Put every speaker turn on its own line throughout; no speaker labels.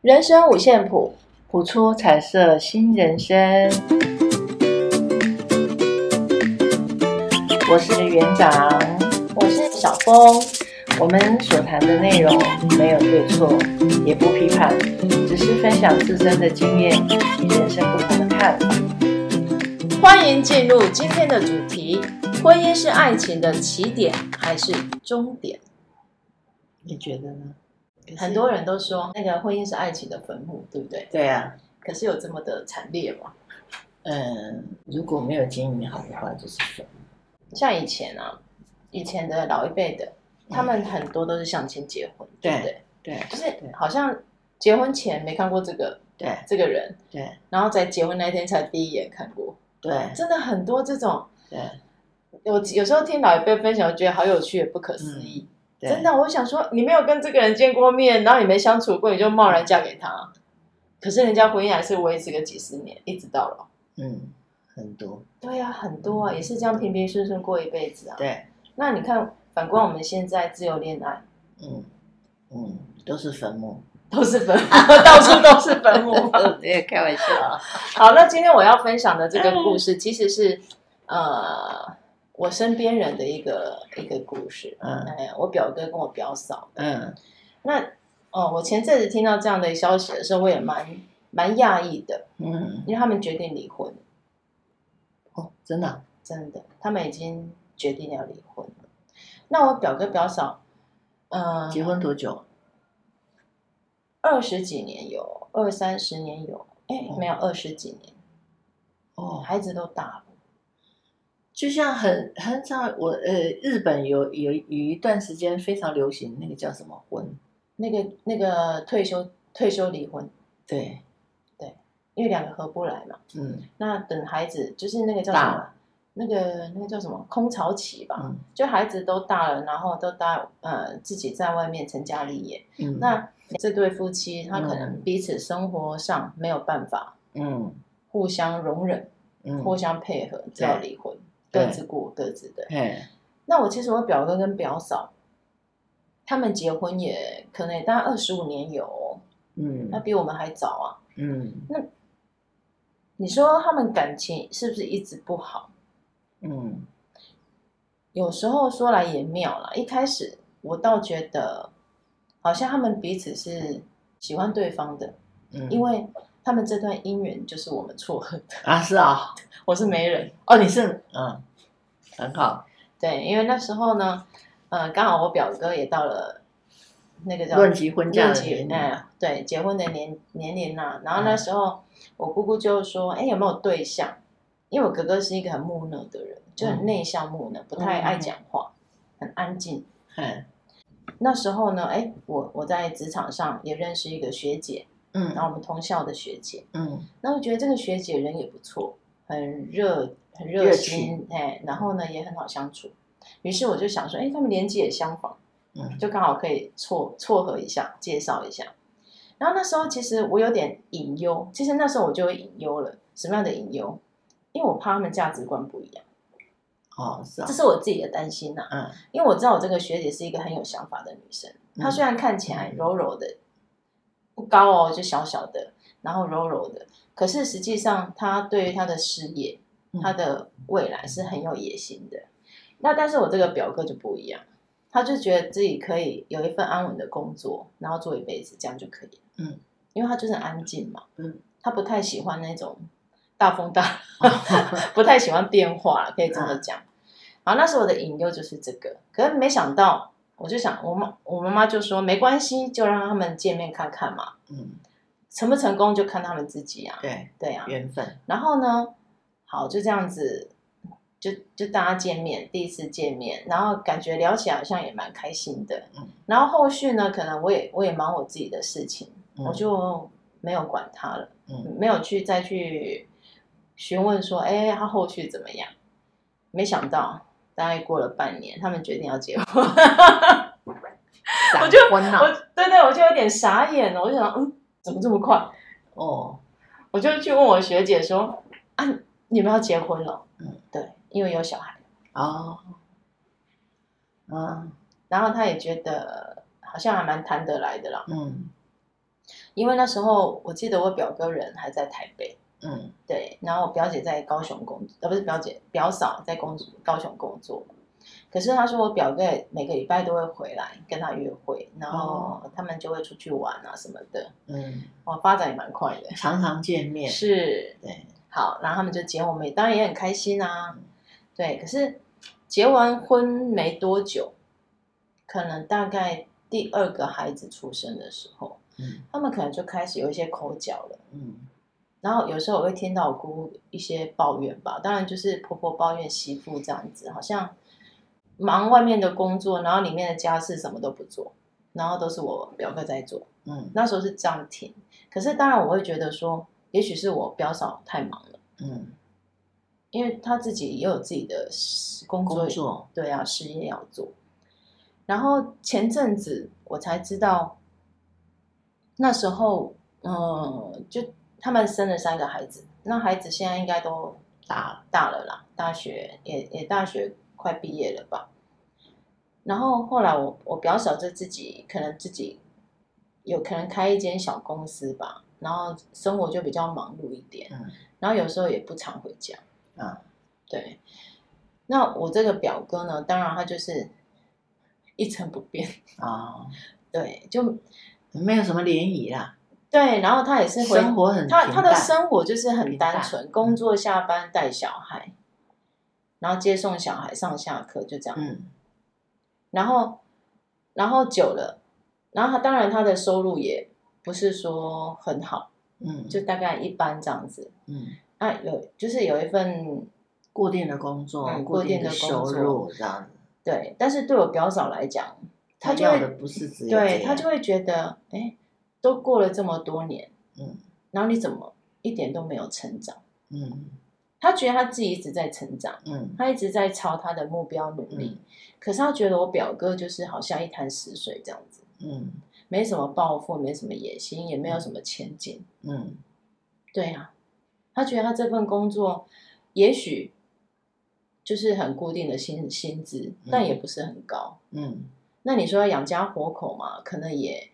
人生五线谱，谱出彩色新人生。我是园长，我是小峰。我们所谈的内容没有对错，也不批判，只是分享自身的经验与人生不同的看法。
欢迎进入今天的主题：婚姻是爱情的起点还是终点？
你觉得呢？
很多人都说那个婚姻是爱情的坟墓，对不对？
对啊，
可是有这么的惨烈吗？
嗯，如果没有经营好的话，就是分。
像以前啊，以前的老一辈的，他们很多都是相亲结婚，对不对？
对
就是好像结婚前没看过这个
对
这个人，
对
然后在结婚那天才第一眼看过，
对
真的很多这种。
对
有有时候听老一辈分享，我觉得好有趣，也不可思议。
嗯对，
真的，我想说，你没有跟这个人见过面，然后你没相处过，你就贸然嫁给他，可是人家婚姻还是维持个几十年，一直到老。
嗯，很多
对啊，很多啊，也是这样平平顺顺过一辈子啊。
对，
那你看，反观我们现在自由恋爱，
嗯嗯，都是坟 墓。
都是坟墓，到 处都是坟墓。
对，开玩笑啊。
好，那今天我要分享的这个故事，其实是呃我身边人的一个一个故事。
嗯
哎，我表哥跟我表嫂，
嗯
那哦，我前阵子听到这样的消息的时候，我也蛮蛮讶异的，
嗯，
因为他们决定离婚，
哦，真的啊，
真的，他们已经决定要离婚了。那我表哥表嫂，嗯、
结婚多久？
二十几年有，二三十年有，哎
哦，
没有二十几年，
哦，
孩子都大了。
就像很很少我呃，日本有有有一段时间非常流行那个叫什么婚，
那个那个退休退休离婚，
对，
因为两个合不来嘛。
嗯
那等孩子就是那个叫什
大
么？那个那个叫什么空巢期吧，
嗯
就孩子都大了，然后都大呃自己在外面成家立业，
嗯，
那这对夫妻他可
嗯
能彼此生活上没有办法
嗯
互相容忍、
嗯，
互相配合，只要离婚，
对
各自过各自的。
嘿，
那我其实我表哥跟表嫂，他们结婚也可能也大概二十五年有哦、
嗯
那比我们还早啊。
嗯
你说他们感情是不是一直不好？
嗯
有时候说来也妙啦，一开始我倒觉得，好像他们彼此是喜欢对方的，
嗯，
因为他们这段姻缘就是我们撮合的。
啊是啊，
我是媒人，
哦你是嗯，很好，
对，因为那时候呢，呃，刚好我表哥也到了那个叫
论及婚嫁
论
的
及
年龄，嗯
哎，对，结婚的年年龄呐、然后那时候我姑姑就说，哎，有没有对象？因为我哥哥是一个很木讷的人，就
嗯
很内向木讷，不太爱讲话，很安静。
嘿，
那时候呢，哎，我我在职场上也认识一个学姐，
嗯
然后我们同校的学姐，
嗯
那我觉得这个学姐人也不错，很热很
热
热
情嗯
心，哎，然后呢也很好相处。于是我就想说，哎，他们年纪也相仿，
嗯
就刚好可以撮撮合一下，介绍一下。然后那时候其实我有点隐忧，其实那时候我就有隐忧了。什么样的隐忧？因为我怕他们价值观不一样，
哦是啊
这，是我自己的担心呐、
嗯
因为我知道我这个学姐是一个很有想法的女生，她
嗯
虽然看起来柔柔的，不高哦，就小小的，然后柔柔的，可是实际上她对于她的事业
嗯、
她的未来是很有野心的。那但是我这个表哥就不一样，他就觉得自己可以有一份安稳的工作，然后做一辈子，这样就可以了。
嗯，
因为他就是很安静嘛，
嗯，
他不太喜欢那种大风大不太喜欢变化啦，可以这
嗯
么讲。然后那时候我的引诱就是这个，可是没想到，我就想我妈我妈妈就说没关系，就让他们见面看看嘛，
嗯
成不成功就看他们自己啊，
对
对啊。
缘分，
然后呢，好就这样子，就就大家见面，第一次见面，然后感觉聊起来好像也蛮开心的。
嗯
然后后续呢，可能我也我也忙我自己的事情，
嗯
我就没有管他了，
嗯
没有去再去询问说，哎、他后续怎么样？没想到，大概过了半年，他们决定要结婚，
闪
我就
婚
我
呐，
对对，我就有点傻眼了，我就想，嗯，怎么这么快？
哦
我就去问我学姐说，啊，你们要结婚了？
嗯，
对，因为有小孩。
哦，啊
然后她也觉得好像还蛮谈得来的啦，
嗯
因为那时候我记得我表哥人还在台北，
嗯
对，然后我表姐在高雄工作，呃，不是表姐，表嫂在工作高雄工作。可是她说我表哥也每个礼拜都会回来跟她约会，然后他们就会出去玩啊什么的，
嗯，
哦，发展也蛮快的。
常常见面，
是，
对，
好，然后他们就结婚，我们也当然也很开心啊。对，可是结完婚没多久，可能大概第二个孩子出生的时候，
嗯
他们可能就开始有一些口角了。
嗯
然后有时候我会听到我姑姑一些抱怨吧，当然就是婆婆抱怨媳妇这样子，好像忙外面的工作，然后里面的家事什么都不做，然后都是我表哥在做。
嗯
那时候是暂停，可是当然我会觉得说，也许是我表嫂太忙了，
嗯，
因为她自己也有自己的工作，
工作，
对啊，事业要做。然后前阵子我才知道，那时候，嗯，就他们生了三个孩子，那孩子现在应该都大大了啦，大学也也大学快毕业了吧。然后后来我我表嫂就自己可能自己有可能开一间小公司吧，然后生活就比较忙碌一点，
嗯
然后有时候也不常回家。
啊，
对，那我这个表哥呢，当然他就是一成不变，
哦，
对，就
没有什么涟漪啦，
对，然后他也是回
生活很
他
平
他的
淡
生活就是很
平淡嗯
单纯，工作下班带小孩，然后接送小孩上下课，就这样，
嗯
然后然后久了，然后他当然他的收入也不是说很好，
嗯，
就大概一般这样子，
嗯
那有就是有一份
固定的工作
嗯，固
固
定
定
的
的
工
收
作
入这样子，
对，但是对我表嫂来讲，她就
要
会
的不是只有这
对他
样
就会觉得，哎，都过了这么多年，
嗯
然后你怎么一点都没有成长？
嗯
他觉得他自己一直在成长，
嗯
他一直在朝他的目标努力。
嗯
可是他觉得我表哥就是好像一潭死水这样子，
嗯
没什么抱负，没什么野心，也没有什么前景。
嗯
对啊，他觉得他这份工作也许就是很固定的薪薪资，但也不是很高。
嗯
那你说要养家活口嘛，可能也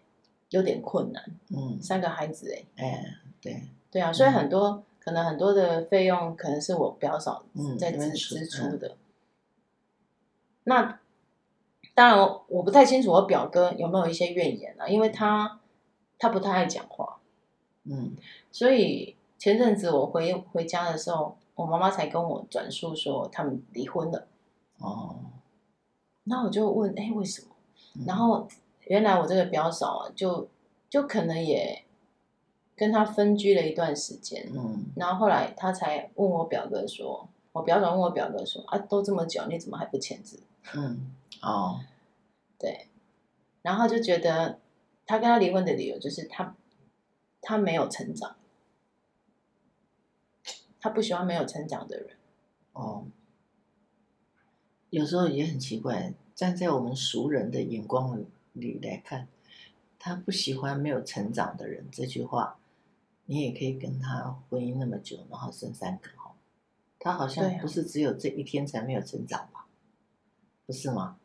有点困难。
嗯，
三个孩子哎、
哎，对，
对啊，所
嗯
以很多、可能很多的费用可能是我表嫂
嗯
在
你
支
们
支
出嗯
出的。那当然我，我不太清楚我表哥有没有一些怨言啊，因为他他不太爱讲话，
嗯
所以前阵子我回回家的时候，我妈妈才跟我转述说他们离婚了。
哦，
那我就问，哎，为什么？
嗯
然后原来我这个表嫂啊，就就可能也跟他分居了一段时间，
嗯
然后后来他才问我表哥说，我表嫂问我表哥说啊，都这么久，你怎么还不签字？
嗯哦，
对，然后他就觉得他跟他离婚的理由就是他他没有成长，他不喜欢没有成长的人。
哦，有时候也很奇怪，站在我们熟人的眼光里来看，他不喜欢没有成长的人这句话，你也可以跟他婚姻那么久，然后生三个哦，他好
对
像
啊
不是只有这一天才没有成长吧？不是吗？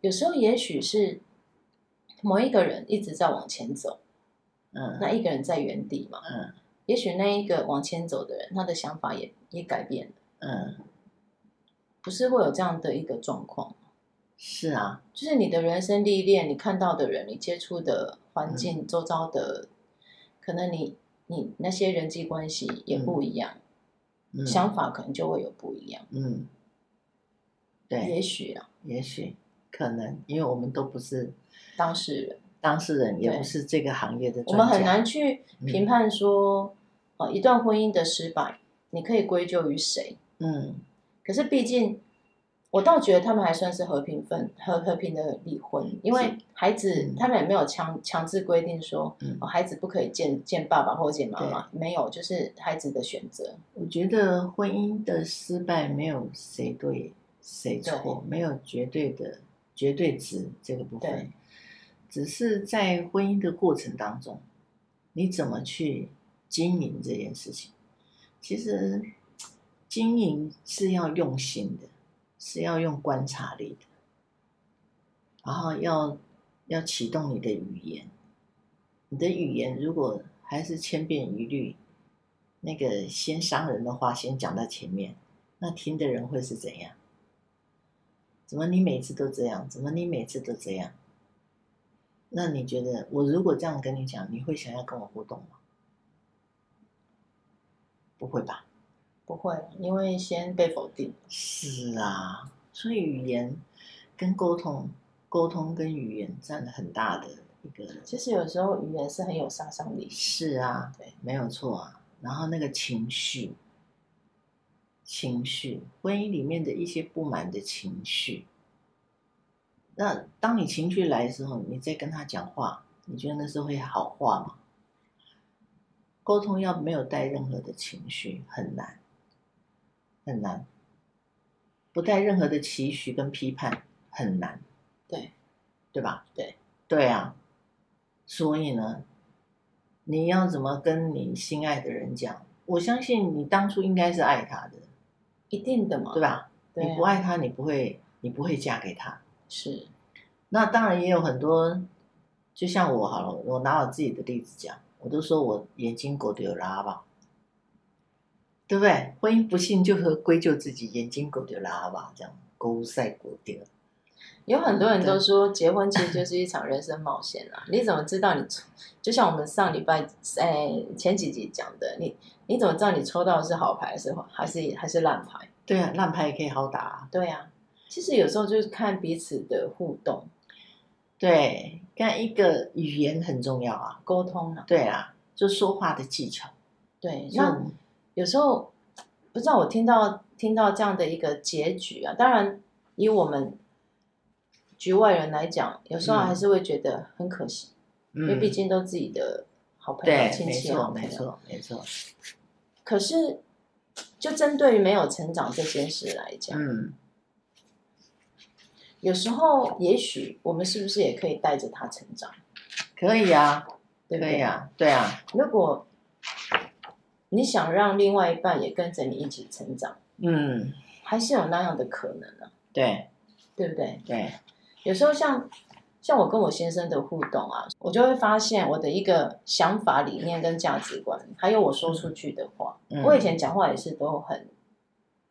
有时候也许是某一个人一直在往前走，
嗯
那一个人在原地嘛。
嗯
也许那一个往前走的人，他的想法也也改变了，
嗯，
不是会有这样的一个状况。
是啊，
就是你的人生历练，你看到的人，你接触的
嗯
环境，周遭的，可能你你那些人际关系也不一样，
嗯
想法可能就会有不一样。
嗯，对，
也许啊，
也许可能，因为我们都不是
当事人，
当事人，也
对
不是这个行业的
我们
专
很
家，嗯
难去评判说，呃，一段婚姻的失败，你可以归咎于谁？
嗯
可是毕竟，我倒觉得他们还算是和平分和和平的离婚，因为孩子
嗯
他们也没有强强制规定说、
嗯
哦、孩子不可以见见爸爸或见妈妈，没有，就是孩子的选择。
我觉得婚姻的失败没有谁对谁错，没有绝对的绝对值这个部分
对，
只是在婚姻的过程当中，你怎么去经营这件事情？其实经营是要用心的，是要用观察力的，然后要要启动你的语言，你的语言如果还是千变一律，那个先伤人的话先讲到前面，那听的人会是怎样？怎么你每次都这样？怎么你每次都这样？那你觉得我如果这样跟你讲，你会想要跟我互动吗？不会吧？
不会，因为先被否定。
是啊，所以语言跟沟通，沟通跟语言占了很大的一个。
其实有时候语言是很有杀伤力。
是啊，
对，
没有错啊。然后那个情绪，情绪，婚姻里面的一些不满的情绪，那当你情绪来的时候，你再跟他讲话，你觉得那是会好话吗？沟通要没有带任何的情绪很难，很难，不带任何的期许跟批判很难，
对，
对吧？
对，
对啊，所以呢，你要怎么跟你心爱的人讲？我相信你当初应该是爱他的，
一定的嘛，
对？吧？
对啊
你不爱他，你不会，你不会嫁给他，
是，
那当然也有很多，就像我好了，我拿我自己的例子讲，我都说我眼睛狗丢拉吧，对不对？婚姻不幸就和归咎自己眼睛狗丢拉吧，这样狗塞狗丢。
有很多
嗯
人都说结婚其实就是一场人生冒险啊！你怎么知道你抽？就像我们上礼拜哎前几集讲的，你你怎么知道你抽到的是好牌还是还是还是烂牌？
对啊，烂牌也可以好打、啊。
对啊，其实有时候就是看彼此的互动
对，看一个语言很重要啊。
沟通啊。
对啊，就说话的技巧。
对，那
那
有时候不知道我听到听到这样的一个结局啊，当然以我们局外人来讲，有时候
嗯
还是会觉得很可惜，因为
嗯，
毕竟都自己的好朋友、
对，
亲
没
戚、啊
错，
好
没
朋友。
错，没错。
可是，就针对于没有成长这件事来讲，
嗯，
有时候也许我们是不是也可以带着他成长，
可以啊，
对不
可
对？
以啊，对啊，
如果你想让另外一半也跟着你一起成长，
嗯，
还是有那样的可能啊，
对
对不对？
对，
有时候像像我跟我先生的互动啊，我就会发现我的一个想法、理念跟价值观，还有我说出去的话，
嗯
我以前讲话也是都很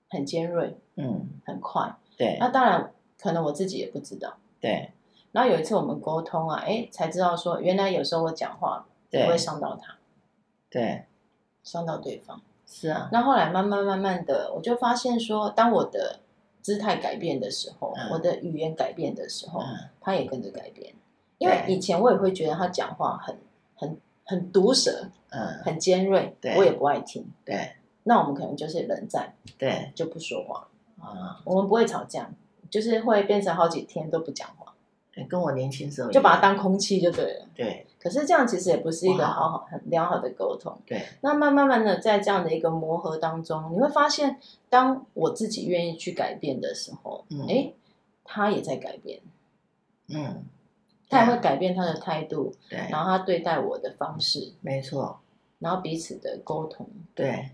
很尖锐、
嗯，
很快。
对
那当然，可能我自己也不知道。
对。
然后有一次我们沟通啊，哎，才知道说原来有时候我讲话
对
会伤到他，
对，
伤到对方。
是啊，
那后来慢慢慢慢的，我就发现说，当我的姿态改变的时候，
嗯
我的语言改变的时候，
嗯，
他也跟着改变。因为
对
以前我也会觉得他讲话很很很毒舌，
嗯，
很尖锐，
对
我也不爱听。
对
那我们可能就是冷战，
对，
就不说话，
啊，
我们不会吵架，就是会变成好几天都不讲话，
跟我年轻时候一样
就把它当空气就对了。
对
可是这样其实也不是一个
哇
好好很良好的沟通。
对
那慢慢慢的在这样的一个磨合当中，你会发现，当我自己愿意去改变的时候，
嗯
诶，他也在改变，
嗯，
他也会改变他的态度，
对，
然后他对待我的方式，
没错，
然后彼此的沟通。
对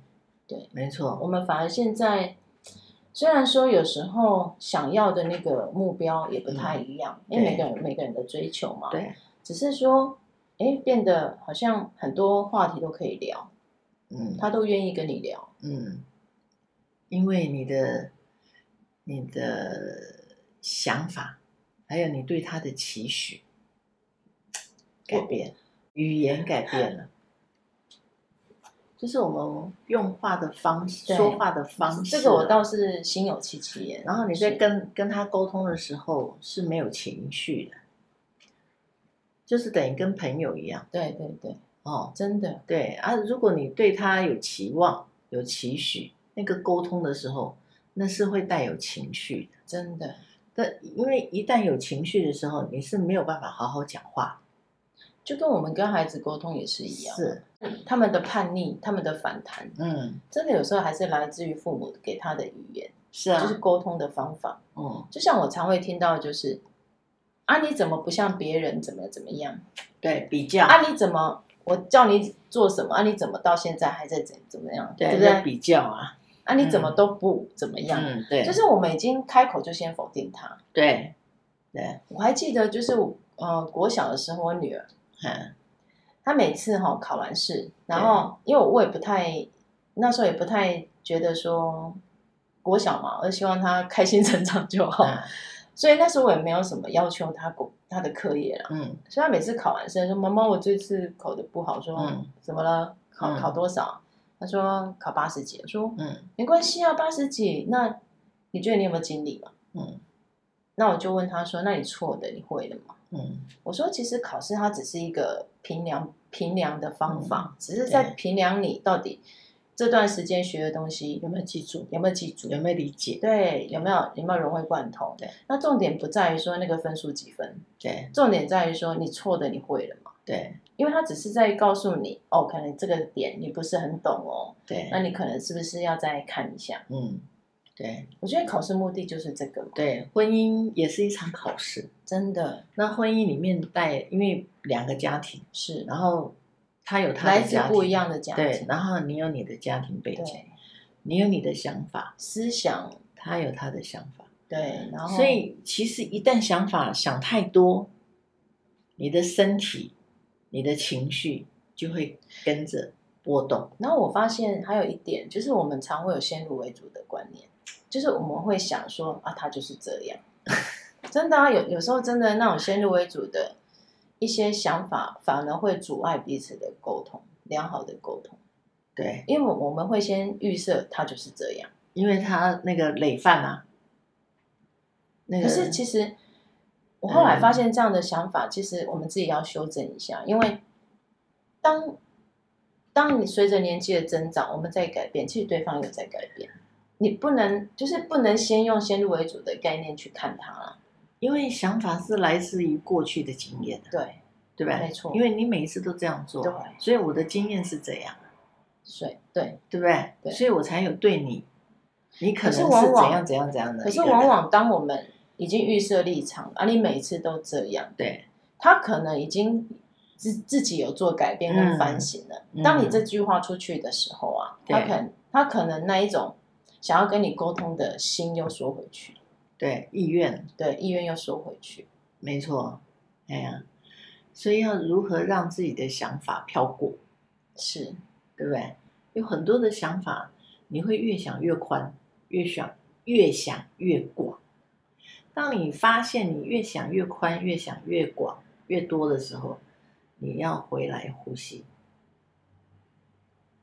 对，
没错，
我们反而现在，虽然说有时候想要的那个目标也不太一样，因为
对
每个人有每个人的追求嘛，
对，
只是说，诶，变得好像很多话题都可以聊，
嗯
他都愿意跟你聊。
嗯，因为你的你的想法，还有你对他的期许改变，语言改变了。就是我们用话的方式，
对
说话的方式，
这个我倒是心有戚戚焉。
然后你在
是
跟跟他沟通的时候是没有情绪的，就是等于跟朋友一样
对对对，
哦。
真的
对啊，如果你对他有期望、有期许，那个沟通的时候，那是会带有情绪的。
真的，
但因为一旦有情绪的时候，你是没有办法好好讲话。
就跟我们跟孩子沟通也是一样，嗯
是，
他们的叛逆，他们的反弹，
嗯，
真的有时候还是来自于父母给他的语言，
是啊，
就是沟通的方法。
嗯，
就像我常会听到，就是啊，你怎么不像别人，怎么怎么样？
对，比较，
啊，你怎么我叫你做什么？啊，你怎么到现在还在怎怎么样？
对，
不对？
在比较啊，
啊，你怎么都不怎么样？
嗯，对，
就是我们已经开口就先否定他。
对，对，
我还记得，就是我呃国小的时候，我女儿
嗯，
他每次哈、考完试，然后因为我也不太那时候也不太觉得说国小嘛，我就希望他开心 成长就好，
嗯
所以那时候我也没有什么要求他国他的课业啦。
嗯
所以他每次考完试说：“妈妈，我这次考的不好。”说：“
嗯
怎么了？考
嗯
考多少？”他说：“考八十几。”我说：“
嗯
没关系啊，八十几，那你觉得你有没有经历嘛？
嗯
那我就问他说，那你错的你会的吗？
嗯
我说，其实考试它只是一个评量评量的方法，只是在
嗯对
评量你到底这段时间学的东西
有没有记住？
有没有记住，
有没有理解？
对，有没有有没有融会贯通？
对，
那重点不在于说那个分数几分，
对
重点在于说你错的你会了吗？
对
因为它只是在告诉你，哦，可能这个点你不是很懂哦，
对，
那你可能是不是要再看一下？
嗯对
我觉得考试目的就是这个嘛，
对，婚姻也是一场考试。
真的，
那婚姻里面带，因为两个家庭，
是
然后他有他
来
的
自
家庭，
不一样的家庭，
对，然后你有你的家庭背景，
对
你有你的想法，
思想
他有他的想法。
对，然后
所以其实一旦想法想太多，你的身体、你的情绪就会跟着波动。
然后我发现还有一点就是我们常会有先入为主的观念，就是我们会想说啊，他就是这 样，真的啊，有有时候真的那种先入为主的一些想法，反而会阻碍彼此的沟通，良好的沟通，
对，
因为我们会先预设他就是这样，
因为他那个累犯啊，那个
可是其实。我后
嗯
来发现这样的想法，其实我们自己要修正一下，因为当当你随着年纪的增长，我们在改变，其实对方有在改变。你不能就是不能先用先入为主的概念去看他了，
因为想法是来自于过去的经验啊，
对
对吧？
没错
因为你每一次都这样做，
对
所以我的经验是这样，
所以对。
对不对？
对
所以我才有对你，你可
可
能
是往往
怎样怎样怎样的
可
一个
是
人，
往往当我们已经预设立场，啊，你每一次都这样，
对
他可能已经自自己有做改变跟反省了。
嗯嗯
当你这句话出去的时候啊，
对
他可能他可能那一种想要跟你沟通的心又缩回去，
对意愿
对，意愿又缩回去，
没错，哎呀、所以要如何让自己的想法飘过，
是
对不对？有很多的想法，你会越想越宽，越想越想越广。当你发现你越想越宽、越想越广、越多的时候，你要回来呼吸，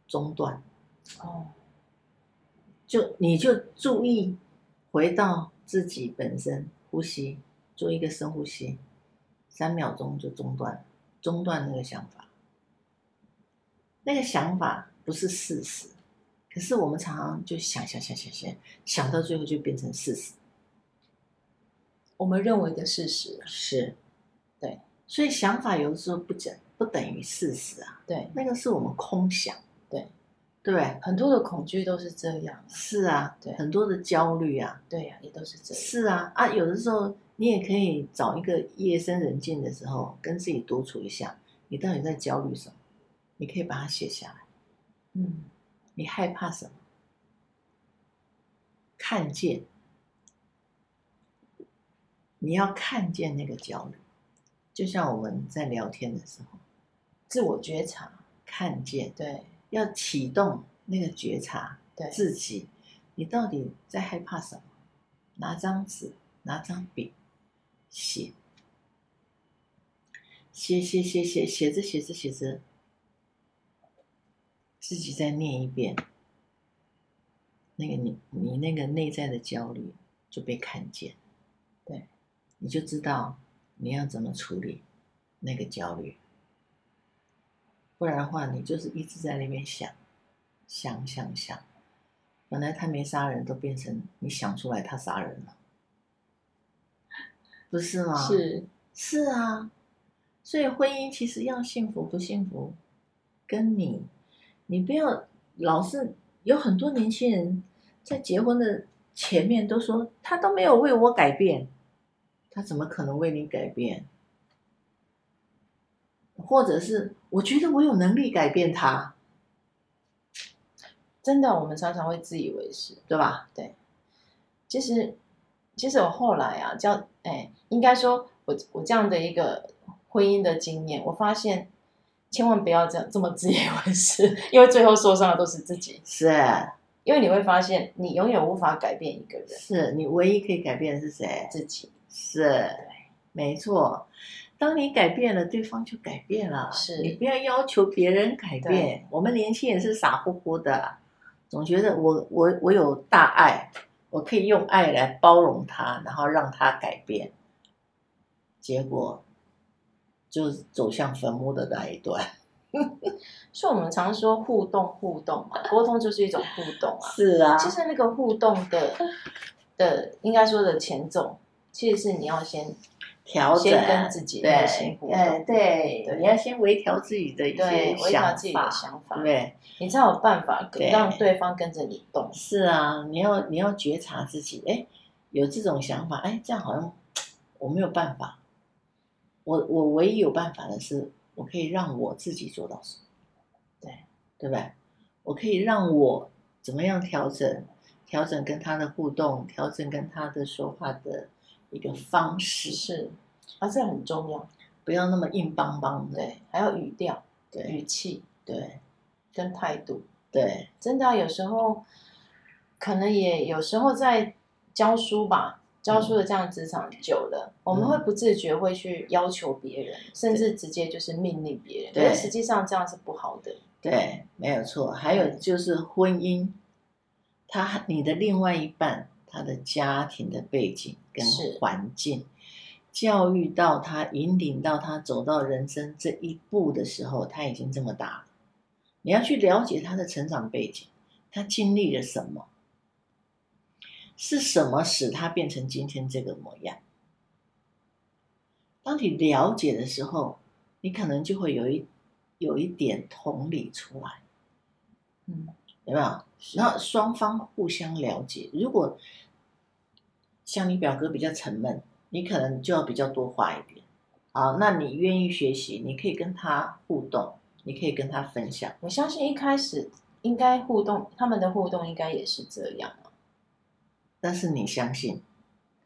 中断。
哦，
就你就注意回到自己本身呼吸，做一个深呼吸，三秒钟就中断，中断那个想法。那个想法不是事实，可是我们常常就想想想想想，想到最后就变成事实。
我们认为的事实，
是，
对，
所以想法有的时候不等不等于事实啊，
对，
那个是我们空想，
对，
对不对，
很多的恐惧都是这样，
是啊，
对
很多的焦虑啊，
对呀、也都是这样，
是啊，啊，有的时候你也可以找一个夜深人静的时候，跟自己独处一下，你到底在焦虑什么？你可以把它写下来。
嗯，
你害怕什么？看见，你要看见那个焦虑。就像我们在聊天的时候，
自我觉察，
看见
对
要启动那个觉察，
对，
自己，你到底在害怕什么？拿张纸，拿张笔，写，写写写写写着写着写着，自己再念一遍，那个你你那个内在的焦虑就被看见，
对，
你就知道你要怎么处理那个焦虑，不然的话，你就是一直在那边想，想想想。本来他没杀人，都变成你想出来他杀人了，不是吗？
是
是啊，所以婚姻其实要幸福不幸福，跟你，你不要老是有很多年轻人在结婚的前面都说他都没有为我改变，他怎么可能为你改变？或者是我觉得我有能力改变他，
真的，我们常常会自以为是，
对吧？
其实，其实我后来啊，叫哎、应该说我我这样的一个婚姻的经验，我发现千万不要这样这么自以为是， 因为最后受伤的都是自己。
是
因为你会发现，你永远无法改变一个人
是，你唯一可以改变的是谁？
自己。
是，没错。当你改变了，对方就改变了。
是
你不要要求别人改变
对。
我们年轻人是傻乎乎的，总觉得我我我有大爱，我可以用爱来包容他，然后让他改变。结果就是走向坟墓的那 一段。
所以我们常说互动，互动嘛，沟通就是一种互动啊。
是啊，
其实那个互动的的，应该说的前奏，其实是你要先
调整
先跟自己
对
内心互，动
哎对，
对
你要先微调自己的一些
对微调自己的
想
想
法
法，
对。
你才有办法
对
让对方跟着你动。
是啊，你要你要觉察自己，哎，有这种想法，哎，这样好像我没有办法。我我唯一有办法的是，我可以让我自己做到什么，
对
对不对？我可以让我怎么样调整，调整跟他的互动，调整跟他的说话的一个方式，
是啊，这很重要。
不要那么硬邦邦的。
对，还有语调、
对
语气
对
跟态度，
对，
真的啊、有时候可能也有时候在教书吧。教书的这样职场久了，我们会
嗯
不自觉会去要求别人，甚至直接就是命令别人。
对
可是实际上这样是不好的。
对，没有错。还有就是婚姻，他你的另外一半，他的家庭的背景跟
是
环境，教育到他，引领到他走到人生这一步的时候，他已经这么大了。你要去了解他的成长背景，他经历了什么，是什么使他变成今天这个模样。当你了解的时候，你可能就会有一有一点同理出来，
嗯，
有没有？然后双方互相了解。如果像你表哥比较沉闷，你可能就要比较多话一点。好，那你愿意学习，你可以跟他互动，你可以跟他分享。
我相信一开始应该互动，他们的互动应该也是这样啊，
但是你相信，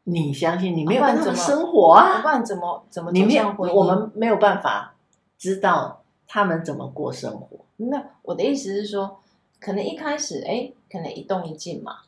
你相信你没有
不然
办法
怎么
生活啊，
不然怎么怎么
你
走
没
向
有，
婚姻？
我们没有办法知道他们怎么过生活。
没有，我的意思是说，可能一开始哎，可能一动一静嘛，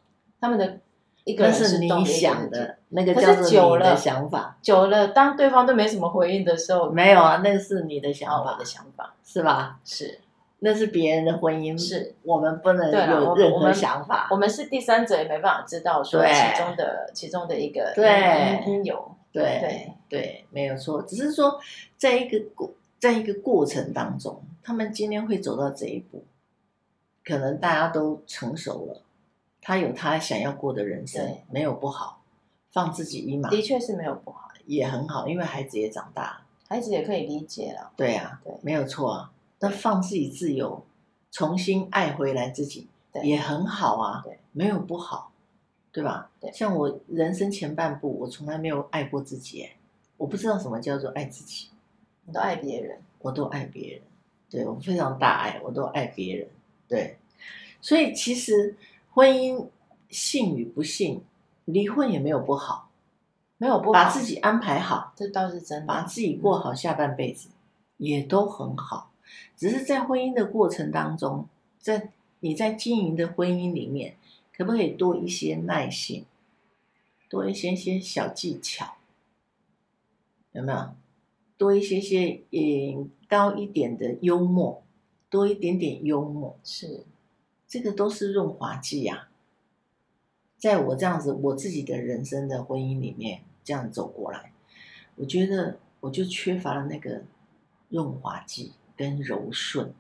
他们的一个
那
人
是
动
你
一个人是
想
静，
的，那个
可是
叫做
久
你的
了
想法。
久了，当对方都没什么回应的时候，
没有啊，那是你的想
然后我
法
的，想法
是吧？
是，
那是别人的婚姻，
是
啊我们不能
对啦
有
我们
任
我
何
们
想法
我。们是第三者，也没办法知道说
对
其中的其中的一个
对嗯
因因由，
对
对，
对，没有错，只是说在一个过在一个过程当中，他们今天会走到这一步，可能大家都成熟了，他有他想要过的人生
对，
没有不好，放自己一马
的确是没有不好，
也很好，因为孩子也长大了。
孩子也可以理解了，
对啊，
对
没有错啊。那放自己自由，重新爱回来自己，
对
也很好啊，
对
没有不好，对吧？
对
像我人生前半部，我从来没有爱过自己耶，我不知道什么叫做爱自己，
你都爱别人，
我都爱别人，对我非常大爱，我都爱别人，对。所以其实婚姻幸与不幸，离婚也没有不好，
没有不好，
把自己安排好，
这倒是真的，
把自己过好下半辈子，也都很好。只是在婚姻的过程当中，在你在经营的婚姻里面，可不可以多一些耐心，多一些些小技巧，有没有？多一些些嗯高一点的幽默，多一点点幽默，
是
这个都是润滑剂呀、在我这样子我自己的人生的婚姻里面这样走过来，我觉得我就缺乏了那个润滑剂跟柔顺。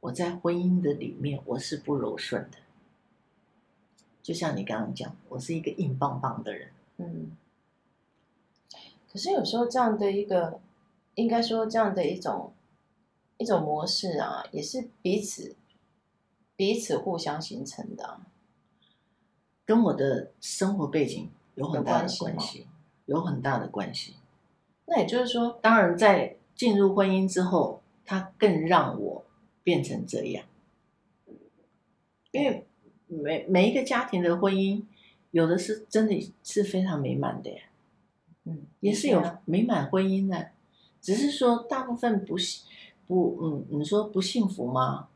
我在婚姻的里面我是不柔顺的，就像你刚刚讲，我是一个硬邦邦的人，
嗯，可是有时候这样的一个，应该说这样的一种一种模式啊，也是彼此彼此互相形成的啊、
跟我的生活背景有很大
有关
的
系吗
关系，有很大的关系。
那也就是说，
当然，在进入婚姻之后，他更让我变成这样，因为每每一个家庭的婚姻，有的是真的是非常美满的耶，
嗯，
也是有
对啊
美满婚姻的，只是说大部分不幸不，嗯，你说不幸福吗？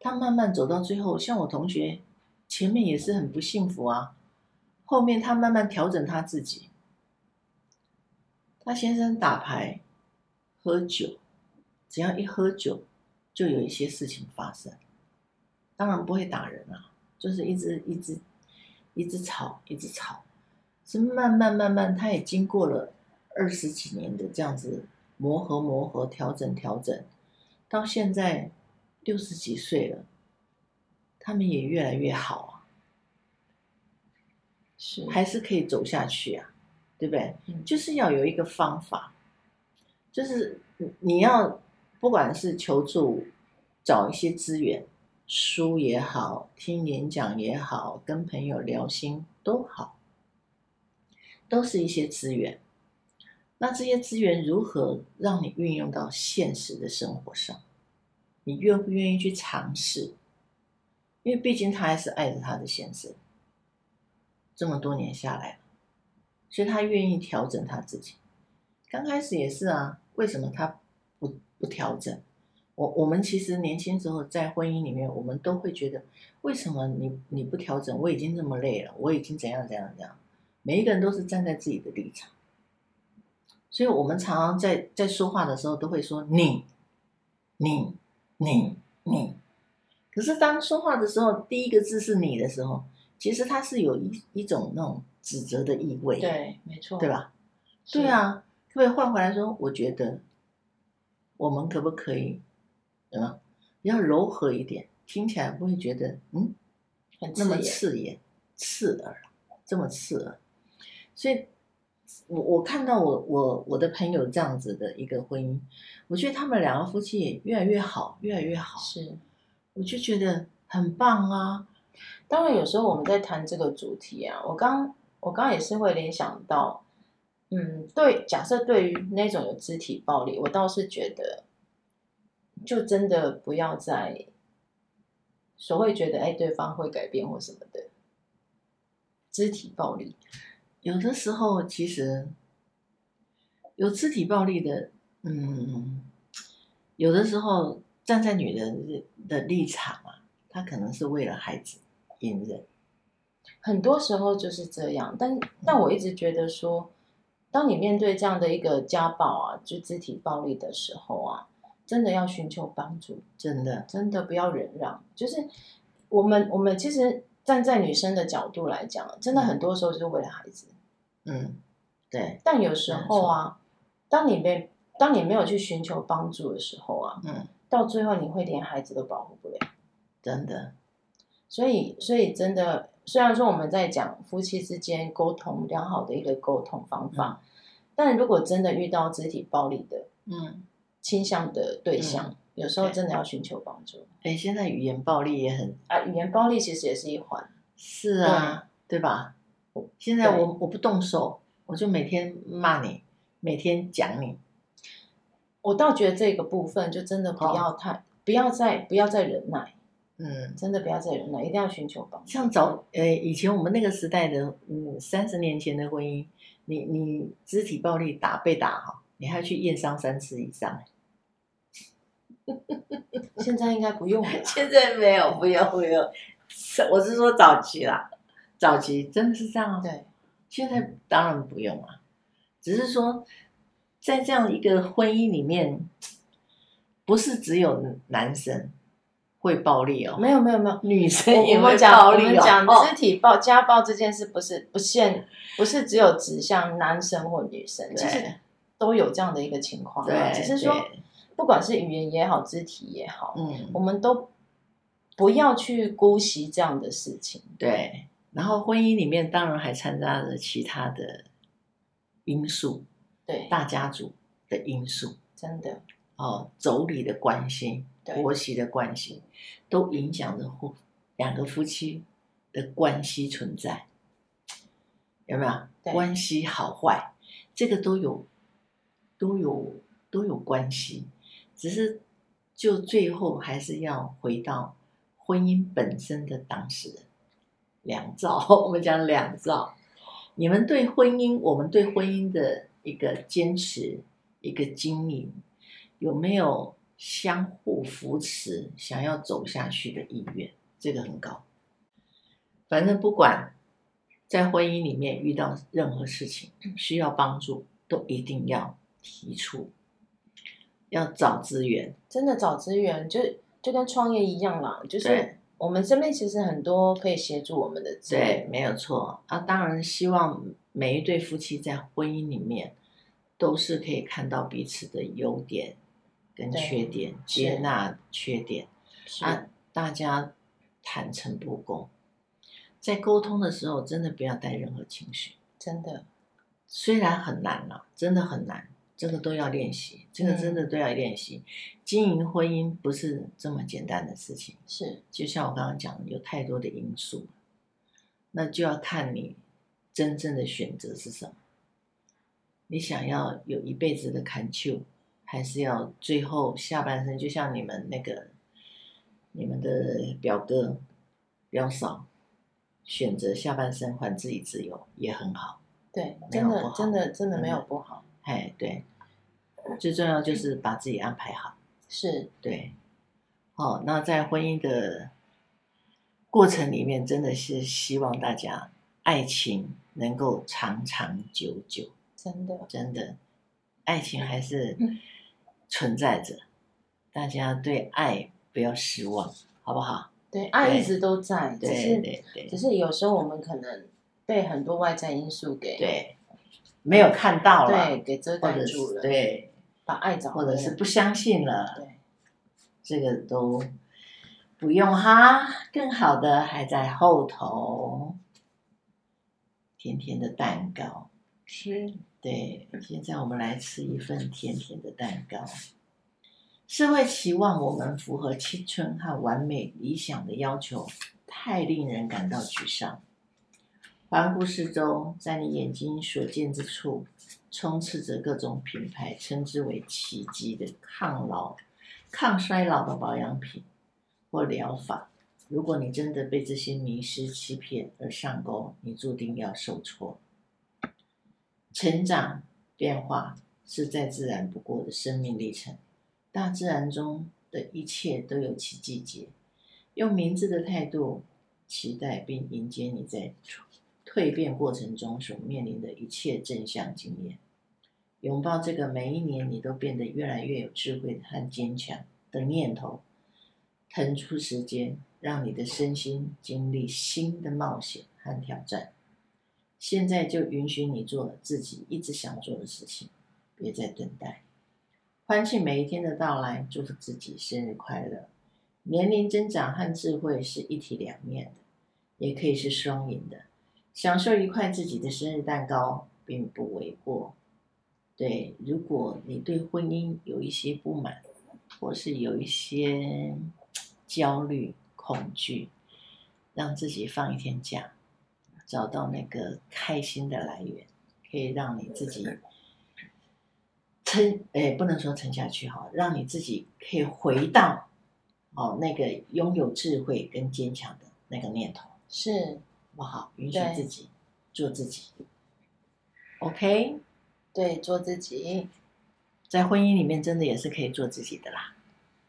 他慢慢走到最后，像我同学，前面也是很不幸福啊，后面他慢慢调整他自己。他先生打牌、喝酒，只要一喝酒，就有一些事情发生。当然不会打人啊，就是一直一直一直吵，一直吵，是慢慢慢慢，他也经过了二十几年的这样子磨合磨合、调整调整，到现在六十几岁了，他们也越来越好啊
是
啊，还是可以走下去啊，对不对？
嗯
就是要有一个方法，就是你你要不管是求助，找一些资源，书也好，听演讲也好，跟朋友聊心都好，都是一些资源。那这些资源如何让你运用到现实的生活上？你愿不愿意去尝试？因为毕竟他还是爱着他的先生，这么多年下来，所以他愿意调整他自己。刚开始也是啊，为什么他不不调整？我我们其实年轻时候在婚姻里面，我们都会觉得，为什么你你不调整？我已经这么累了，我已经怎样怎样怎样。每一个人都是站在自己的立场，所以我们常常在在说话的时候都会说你、你、你、你。可是当说话的时候，第一个字是你的时候，其实它是有一一种那种指责的意味，
对，没错，
对？吧？
是
对，啊，可不可以换回来说？我觉得我们可不可以，对吧？比较柔和一点，听起来不会觉得嗯
很
那
刺
么
眼，
刺眼、刺耳，啊这么刺耳。所以，我我看到我我我的朋友这样子的一个婚姻，我觉得他们两个夫妻也越来越好，越来越好，
是。
我就觉得很棒啊。
当然，有时候我们在谈这个主题啊，我刚我刚也是会联想到，嗯，对，假设对于那种有肢体暴力，我倒是觉得，就真的不要再所谓觉得哎对方会改变或什么的肢体暴力，
有的时候其实有肢体暴力的，嗯，有的时候站在女人的立场啊，她可能是为了孩子隐忍，
很多时候就是这样，但但我一直觉得说，当你面对这样的一个家暴啊，就肢体暴力的时候啊，真的要寻求帮助，
真的，
真的不要忍让。就是我们我们其实站在女生的角度来讲，真的很多时候就是为了孩子，
嗯，对，
但有时候啊，当你被当你没有去寻求帮助的时候啊，
嗯，
到最后你会连孩子都保护不了。
真的，
所以，所以真的，虽然说我们在讲夫妻之间沟通良好的一个沟通方法，但如果真的遇到肢体暴力的
嗯，
倾向的对象，有时候
对
真的要寻求帮助
哎，现在语言暴力也很
啊。语言暴力其实也是一环，
是啊，对吧？现在我我不动手，我就每天骂你，每天讲你，
我倒觉得这个部分就真的不要太，不要再不要再忍耐，
嗯，
真的不要再忍耐，一定要寻求帮助。
像早呃以前我们那个时代的，嗯，三十年前的婚姻，你你肢体暴力打被打哈，你还要去验伤三次以上。
现在应该不 用了啦，
现在没有，不用不用，是我是说早期啦，早期真的是这样啊。
对，
现在当然不用啊，只是说在这样一个婚姻里面，不是只有男生会暴力哦，
没有没有 没有。
女生
我
也
我
会
们讲
暴
我
力
们
哦
讲
哦。
肢体暴家暴这件事，不是不限不是只有指向男生或女生，其实
对
都有这样的一个情况啊。
对，
只是说
对
不管是语言也好，肢体也好，
嗯，
我们都不要去姑息这样的事情。
对，然后婚姻里面当然还掺杂着其他的因素，
对，
大家族的因素，
真的
哦，妯娌的关系、
对
婆媳的关系，都影响着夫两个夫妻的关系存在，有没有？
对
关系好坏，这个都有，都有都有关系，只是就最后还是要回到婚姻本身的当事人。两造， 我们讲两造，你们对婚姻，我们对婚姻的一个坚持，一个经营，有没有相互扶持，想要走下去的意愿，这个很高。反正不管在婚姻里面遇到任何事情需要帮助，都一定要提出，要找资源。
真的找资源，就就跟创业一样啦，就是
对
我们身边其实很多可以协助我们的资源，
对，没有错啊。当然，希望每一对夫妻在婚姻里面都是可以看到彼此的优点跟
对
缺点，
是
接纳缺点。
是
啊，大家坦诚不公，在沟通的时候真的不要带任何情绪，
真的，
虽然很难啦，真的很难，这个都要练习，这个真的
嗯
都要练习。经营婚姻不是这么简单的事情，
是
就像我刚刚讲的，有太多的因素，那就要看你真正的选择是什么。你想要有一辈子的砍秋，还是要最后下半生？就像你们那个、你们的表哥、表嫂，选择下半生还自己自由也很好。
对，
没有
真
不
的
好嗯
真的真的没有不好，
哎，对，最重要就是把自己安排好。
是
对，好、那在婚姻的过程里面，真的是希望大家爱情能够长长久久，
真的，
真的，爱情还是
嗯
存在着，大家对爱不要失望，好不好？
对，爱
对
一直都在，只
对
是
对对
只是有时候我们可能被很多外在因素给
对，没有看到
对
了，
给遮
或
盖
者
住
是
了，
对，
把爱找
或者是
回
不相信
来
了，
对
这个都不用哈，更好的还在后头。甜甜的蛋糕，
是
对，现在我们来吃一份甜甜的蛋糕。社会期望我们符合青春和完美理想的要求，太令人感到沮丧。环顾四周，在你眼睛所见之处，充斥着各种品牌称之为奇迹的抗老、抗衰老的保养品或疗法。如果你真的被这些迷失、欺骗而上钩，你注定要受挫。成长、变化是再自然不过的生命历程。大自然中的一切都有其季节，用明智的态度期待并迎接你在蜕变过程中所面临的一切正向经验。拥抱这个每一年你都变得越来越有智慧和坚强的念头，腾出时间，让你的身心经历新的冒险和挑战。现在就允许你做自己一直想做的事情，别再等待。欢庆每一天的到来，祝福自己生日快乐。年龄增长和智慧是一体两面的，也可以是双赢的。享受一块自己的生日蛋糕，并不为过。对，如果你对婚姻有一些不满，或是有一些嘖焦虑、恐惧，让自己放一天假，找到那个开心的来源，可以让你自己撑，哎，不能说撑下去哈，让你自己可以回到哦那个拥有智慧跟坚强的那个念头。
是，
好不好？允许
对
自己做自己。OK，
对，做自己，
在婚姻里面真的也是可以做自己的啦，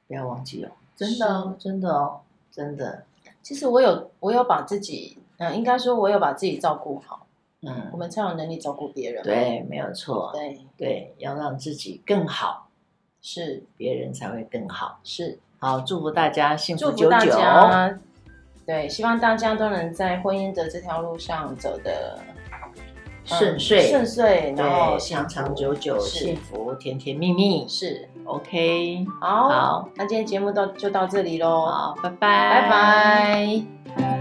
不要忘记哦。真的哦，真的哦，真的。
其实我有我有把自己，嗯、应该说我有把自己照顾好，我
嗯，
们才有能力照顾别人。
对，没有错。
对，
对，要让自己更好，
是
别人才会更好。
是，
好，祝福大家幸
祝
福
福
久哦
大
久。
家。对，希望大家都能在婚姻的这条路上走的
顺遂，
嗯顺遂，然后
对，
幸
长长
福
久久，
是
幸福，甜甜蜜蜜。
是哦
OK，
好。
好，
那今天节目到就到这里喽，
好，拜拜，
拜
拜
拜。